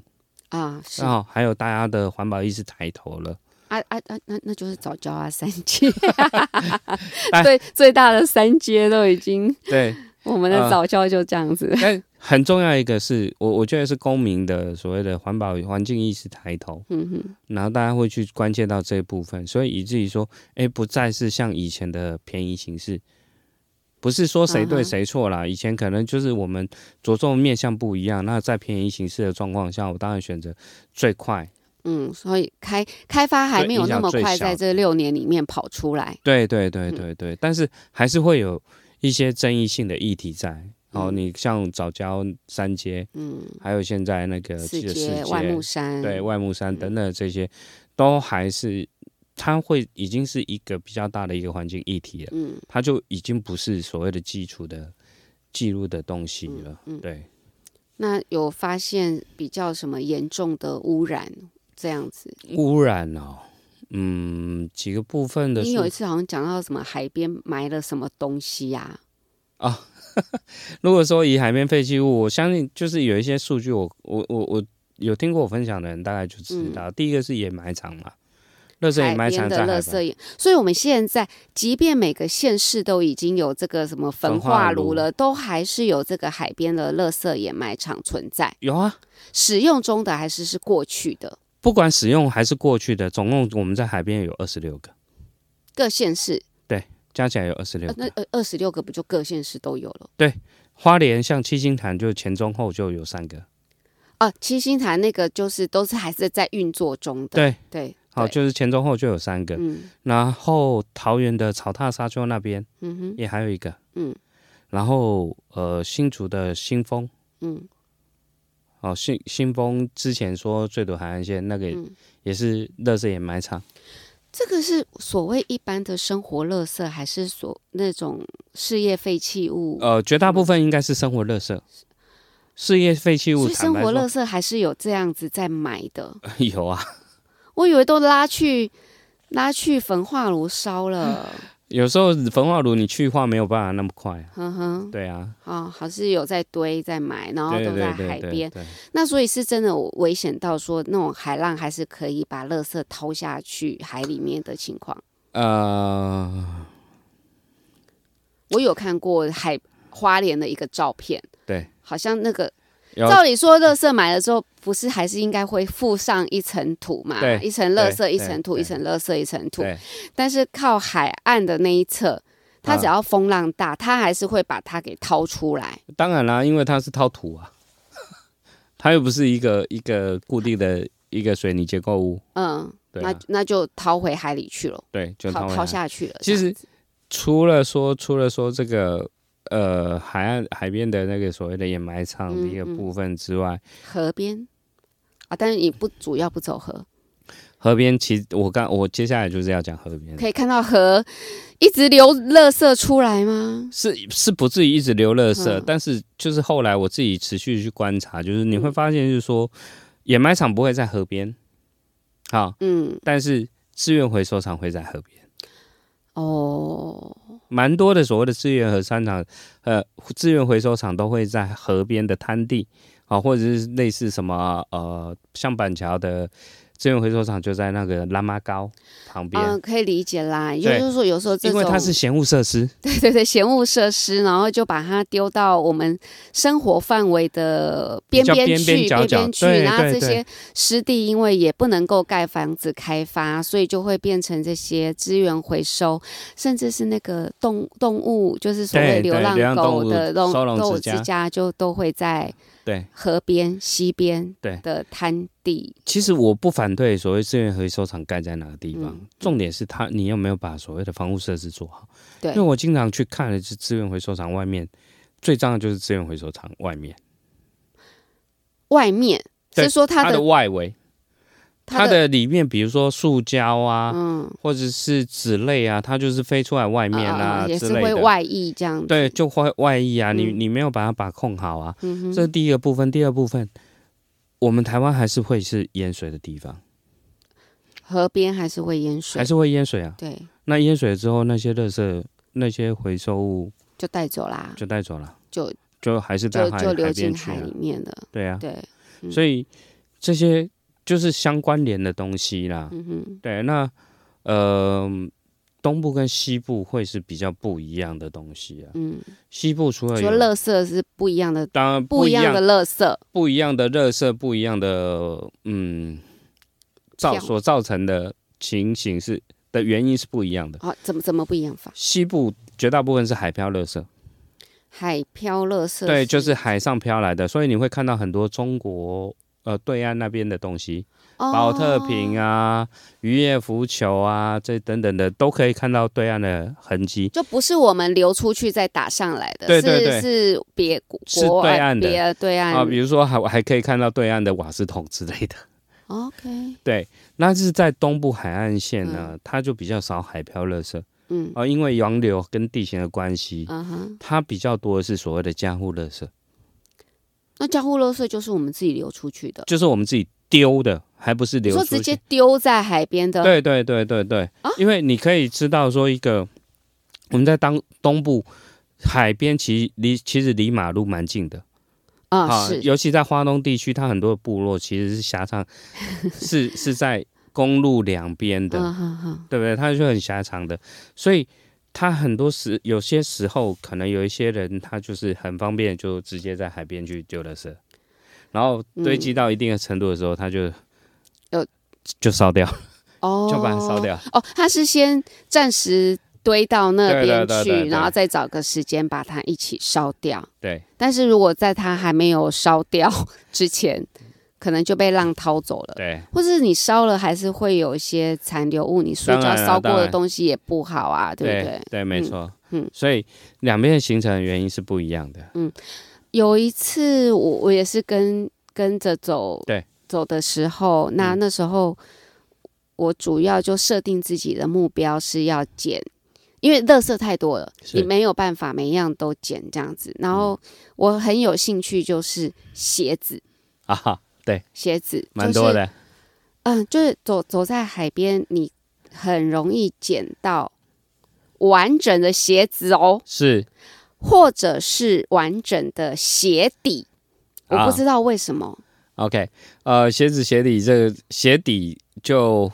啊是
然后还有大家的环保意识抬头 了。
啊啊啊，那那就是早教啊，三阶
哎，
最最大的三阶都已经，
对，
我们的
呃
早教就这样 子。
但很重要一个是我我觉得是公民的所谓的环保环境意识抬头，
嗯哼，
然后大家会去关切到这一部分，所以以至于说，哎，不再是像以前的便宜形式，不是说谁对
嗯哼
谁错啦，以前可能就是我们着重面向不一样，那在便宜形式的状况下，我当然选择最快，
嗯，所以开开发还
对
没有
影
那
响
么
最
快，
小
在这六年里面跑出来。
对对
嗯
对对对，但是还是会有一些争议性的议题在。哦，
嗯
你像早教三街，
嗯，
还有现在那个
四
记得
阶、万木山，嗯
对外木山等等的这些，都还是它会已经是一个比较大的一个环境议题了，
嗯
它就已经不是所谓的基础的记录的东西
嗯
了。
嗯。
对，
那有发现比较什么严重的污染这样子？
污染哦，嗯，几个部分的
你有
数
一次好像讲到什么海边埋了什么东西呀、
啊。如果说以海边废弃物，我相信就是有一些数据我，我我我有听过我分享的人，大概就知道。第一个是掩埋场嘛，垃圾掩
嗯海
埋
边
场在
的
海
垃
边
圾也，所以我们现在即便每个县市都已经有这个什么焚
焚
化
化
炉
炉
了，都还是有这个海边的垃圾掩埋场存在，
有啊，
使用中的还是是过去的
不管使用还是过去的，总共我们在海边有二十六个，
各县市，
加起来有二十六
呃、那
个。
呃二十六个不就各县市都有了？
花莲像七星潭就前中后就有三个，
啊，七星潭那个就是都是还是在运作中的，
对，
对，
好，
对
就是前中后就有三个。
嗯
然后桃园的草踏沙丘那边
嗯哼
也还有一个，
嗯
然后呃新竹的新丰，
嗯
哦新新丰之前说最多海岸线那个也,、
嗯，
是乐色掩埋场，
这个是所谓一般的生活垃圾，还是所那种事业废弃物？
呃绝大部分应该是生活乐色。事业废弃物，
所以
坦
生
白
活垃
说
圾还是有这样子在买的。
有啊，
我以为都拉去拉去焚化炉烧了，
有时候焚化炉你去化没有办法那么快啊，
哼哼，
对啊，
啊、还是有在堆在买，然后
对
都在
对对
海
对
边。
对
那所以是真的危险到说那种海浪还是可以把垃圾掏下去海里面的情况。
呃，
我有看过海花莲的一个照片，
对，
好像那个
有
照理说，垃圾买了之后，不是还是应该会附上一层土嘛？
对
一层垃圾，
对
一层土，
对
一层垃圾，一层土。
对
但是靠海岸的那一侧，它
啊
只要风浪大，它还是会把它给掏出来。
当然啦，因为它是掏土啊， 它又不是一个一个固定的一个水泥结构物，
嗯，
对
那
啊，
那就掏回海里去了，
对，就
掏
回
掏
来。
下去了。
其
这
实
样子
除了说，除了说这个呃海岸海边的那个所谓的掩埋场的一个
嗯嗯
部分之外，
河边啊，但是你不主要不走河，
河边其实我刚我接下来就是要讲河边，
可以看到河一直流垃圾出来吗？
是是不至于一直流垃圾，
嗯
但是就是后来我自己持续去观察，就是你会
嗯
发现，就是说、掩埋场不会在河边，好，
嗯，
但是资源回收厂会在河边，
哦，
蛮多的所谓的资源和商场，呃，资源回收厂都会在河边的滩地啊，或者是类似什么呃，像板桥的资源回收厂就在那个拉妈高旁边，
嗯，可以理解啦。也
对
就是说，有时候这
因
种
为它是闲物设施，
对 对对，嫌恶设施，然后就把它丢到我们生活范围的边
比较
边
边
去、
边角角
边去，
对
然后这
对
些湿地因为也不能够盖房子开发，所以就会变成这些资源回收，甚至是那个动动物，就是所谓
对
流
对
浪
流浪动
狗
物
的动
收容
动物
之
之
家
家，就都会在
对。
河边、溪边
对
的滩地。
其实我不反对所谓资源回收厂盖在哪个地方，
嗯
重点是它你有没有把所谓的防护设施做好。
对
因为我经常去看的是资源回收厂外面，最脏的就是资源回收厂外面，
外面
对
是说它
它的
的
外围，它
它的
的里面，比如说塑胶啊，
嗯
或者是纸类啊，它就是飞出来外面啊
啊也
之
是
类
会
的。
外溢这样子。
对，就会外溢啊，你
嗯
你没有把它把控好啊，
嗯哼，
这是第一个部分。第二部分，我们台湾还是会是淹水的地方，
河边还是会淹水
还，是会淹水啊。
对，
那淹水之后，那些垃圾、那些回收物
就带走啦，
就带走了，
就
就还是到
就
海
就流
海
进
边去
海
啊
里。面了。
对啊，
对，嗯
所以这些就是相关联的东西啦。
嗯哼，
对，那呃，东部跟西部会是比较不一样的东西啊。
嗯，
西部除了
说
有
垃圾是不一样的，
当然
不一样的垃圾，
不一样的热色，不一样的嗯，造
像
所造成的情形是的原因是不一样的。
哦，怎么怎么不一样法？
西部绝大部分是海漂热色，
海漂垃圾，
对，就是海上漂来的，所以你会看到很多中国呃对岸那边的东西，保特瓶
啊，
啊、渔业浮球啊这等等的，都可以看到对岸的痕迹。
就不是我们流出去再打上来的，
对对对
是是别国
是
国外
对岸的
别对岸
啊，比如说还还可以看到对岸的瓦斯桶之类的，
OK，
那是在东部海岸线呢，它就比较少海漂垃圾。
嗯
哦，因为洋流跟地形的关系，
啊哈，
它比较多的是所谓的家户垃圾，
那交互垃圾就是我们自己流出去的，
就是我们自己丢的，还不是
你
流
说
出
直接
去。
丢在海边的，啊
对对对对对，因为你可以知道说一个，我们在当东部海边其实离其实离马路蛮近的
啊是
尤其在花东地区，它很多部落其实是狭长， 是是在公路两边的。
啊哈哈，
对不对？它就很狭长的，所以它很多时有些时候可能有一些人他就是很方便，就直接在海边去丢垃圾，然后堆积到一定的程度的时候，他就
有
就烧掉，
哦，
就把它烧掉。
哦，他是先暂时堆到那
对
边
对对对
去，
对
然后再找个时间把它一起烧掉。
对
但是如果在它还没有烧掉 之前，可能就被浪掏走了。
对
或是你烧了，还是会有一些残留物。你塑
当
胶
然啊
烧过
当
的
然
东西也不好啊，对不
对
对？
对，没错。
嗯
所以两边的形成的原因是不一样的。
有一次我，我也是跟跟着走，
对，
走的时候，那
嗯
那时候我主要就设定自己的目标是要减，因为垃圾太多了，
是嗯
你没有办法每一样都减这样子。然后我很有兴趣就是鞋子，
啊哈，对，
鞋子
蛮多，
就是
的。
嗯，就是走走在海边，你很容易捡到完整的鞋子哦。
是
或者是完整的鞋底，我
啊
不知道为什么。
OK，呃，鞋子鞋底这个鞋底就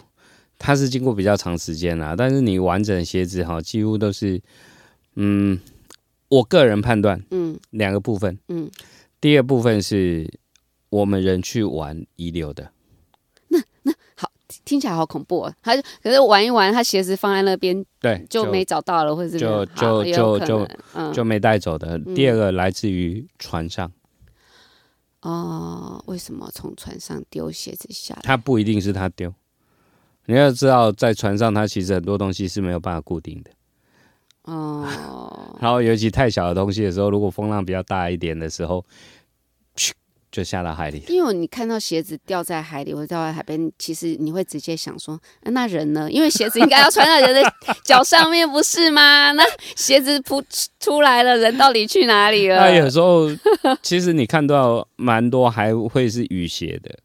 它是经过比较长时间啦，但是你完整的鞋子哈，几乎都是，嗯，我个人判断
嗯
两个部分，
嗯，
第一个部分是我们人去玩遗留的，
听起来好恐怖哦。他就可是玩一玩，他鞋子放在那边
对，
就没找到了，或者是
就
好
就
也有
就
可
就
能嗯
就没带走的。第二个来自于船上，
哦，为什么从船上丢鞋子下来？
它不一定是他丢，你要知道在船上它其实很多东西是没有办法固定的。
哦，
然后尤其太小的东西的时候，如果风浪比较大一点的时候，咻就下到海里了。
因为你看到鞋子掉在海里或者掉在海边，其实你会直接想说，啊那人呢？因为鞋子应该要穿在人的脚上面，不是吗？那鞋子扑出来了，人到底去哪里了？
那有时候其实你看到蛮多还会是雨鞋的，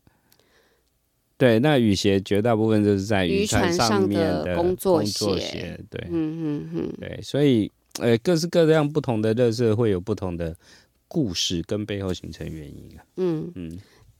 对，那雨鞋绝大部分就是在
渔
船
船上
面
的
的
工作
作
鞋
鞋，对
嗯嗯嗯。
对，所以呃各式各样不同的热色会有不同的故事跟背后形成原因啊，
嗯
嗯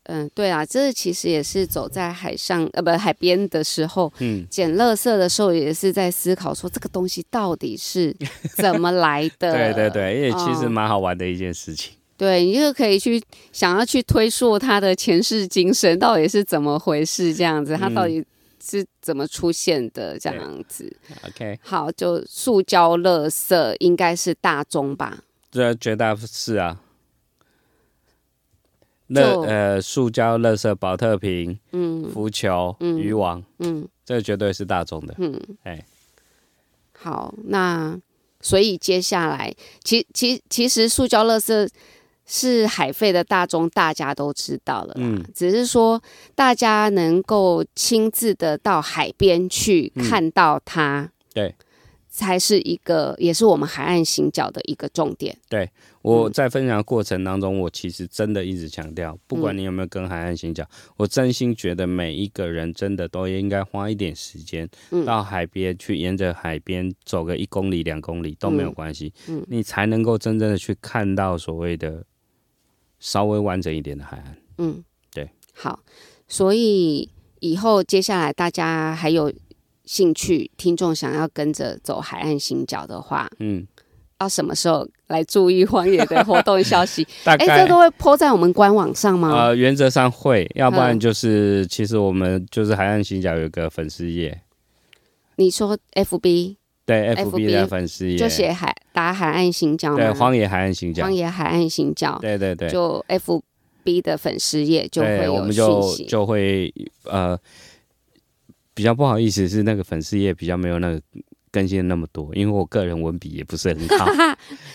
嗯，对啊，这其实也是走在海上呃不海边的时候，
嗯，
捡垃圾的时候也是在思考说这个东西到底 是怎么来的。
对对，对，因为其实
哦
蛮好玩的一件事情。
对你就可以去想要去推溯它的前世今生到底是怎么回事，这样子，它
嗯
到底是怎么出现的，这
对
样子。
OK，
好，就塑胶垃圾应该是大宗吧？
这绝大是啊，乐
就
呃塑胶、垃圾、保特瓶、
嗯
浮球、
嗯
渔网，
嗯
哎这绝对是大众的。
嗯，
哎，
好，那所以接下来，其其其实塑胶垃圾是海废的大众大家都知道了啦，
嗯
只是说大家能够亲自的到海边去
嗯
看到它，
对，
才是一个也是我们海岸行脚的一个重点。嗯
我在分享的过程当中，我其实真的一直强调，不
嗯
管你有没有跟海岸行脚，我真心觉得每一个人真的都应该花一点时间
嗯
到海边去，沿着海边走个一公里、两公里都没有
嗯
关系，
嗯
你才能够真正的去看到所谓的稍微完整一点的海岸。
嗯，
对，
好，所以以后接下来大家还有兴趣，听众想要跟着走海岸行脚的话，
嗯，
要什么时候来注意荒野的活动消息？
大
哎、
概、
这都会 PO 在我们官网上吗？
呃，原则上会，要不然
嗯
就是、其实我们就是海岸行脚有个粉丝页，
你说 FB
对
FB
FB 的粉丝页
就写海打海岸行脚
对
吗？
荒野海岸行脚
荒，野海岸行脚，
对对对，
就 FB 的粉丝页就会
对，我
有
们
讯
就
息。
就会呃比较不好意思是那个粉丝页比较没有那个更新的那么多，因为我个人文笔也不是很 好，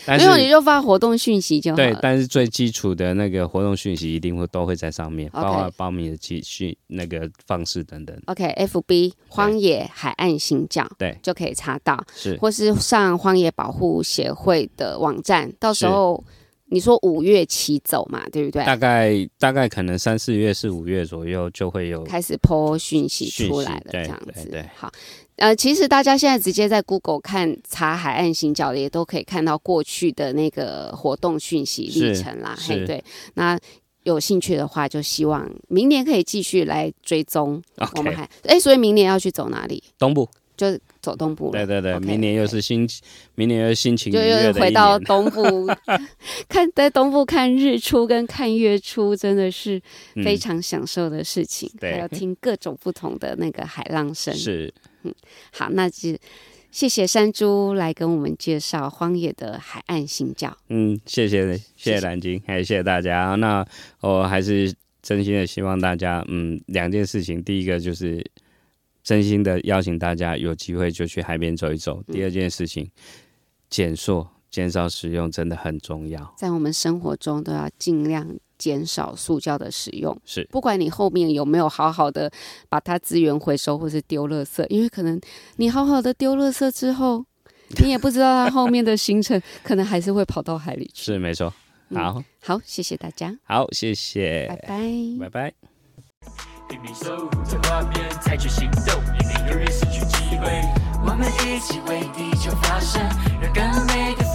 但
没有你
是
就发活动讯息就好
对，
了。
但是最基础的那个活动讯息一定会都会在上面，包括
OK
报名的期讯那个方式等等，
OK，FB、荒野海岸行脚，
对
就可以查到，
是
或是上荒野保护协会的网站，到时候你说五月起走嘛，对不对？
大概大概可能三四月四五月左右就会有
开始 PO 讯息
讯
出
息
来了，
对
这样
对
子。
对
好，呃，其实大家现在直接在 Google 看查海岸行脚的，也都可以看到过去的那个活动讯息历
是
程啦。
是
嘿，对，那。有兴趣的话，就希望明年可以继续来追踪我们
OK
还哎、所以明年要去走哪里？
东部，
就走东部了。
对对对，
OK，
明年又
OK
是新明年又是心情愉
就又
悦
是
的一
回到
年，
东 部看，在东部看日出跟看月出，真的是非
嗯
常享受的事情。
对
还有听各种不同的那个海浪声。
是
好，那就谢谢山猪来跟我们介绍荒野的海岸行脚。
嗯，谢谢谢谢蓝鲸，还有谢谢大家。那我还是真心的希望大家，嗯，两件事情，第一个就是真心的邀请大家有机会就去海边走一走，
嗯
第二件事情，减塑、减少使用真的很重要。
在我们生活中都要尽量减少塑胶的使用。
是
不管你后面有没有好好的把它资源回收或是丢垃圾，因为可能你好好的丢垃圾之后，你也不知道它后面的行程可能还是会跑到海里去。
是没错。好、
好，谢谢大家，
好，谢谢，
嗯拜拜
拜拜
拼命搜在画面，采取行动，引领永远失去机会。我们一起为地球发声，让更美的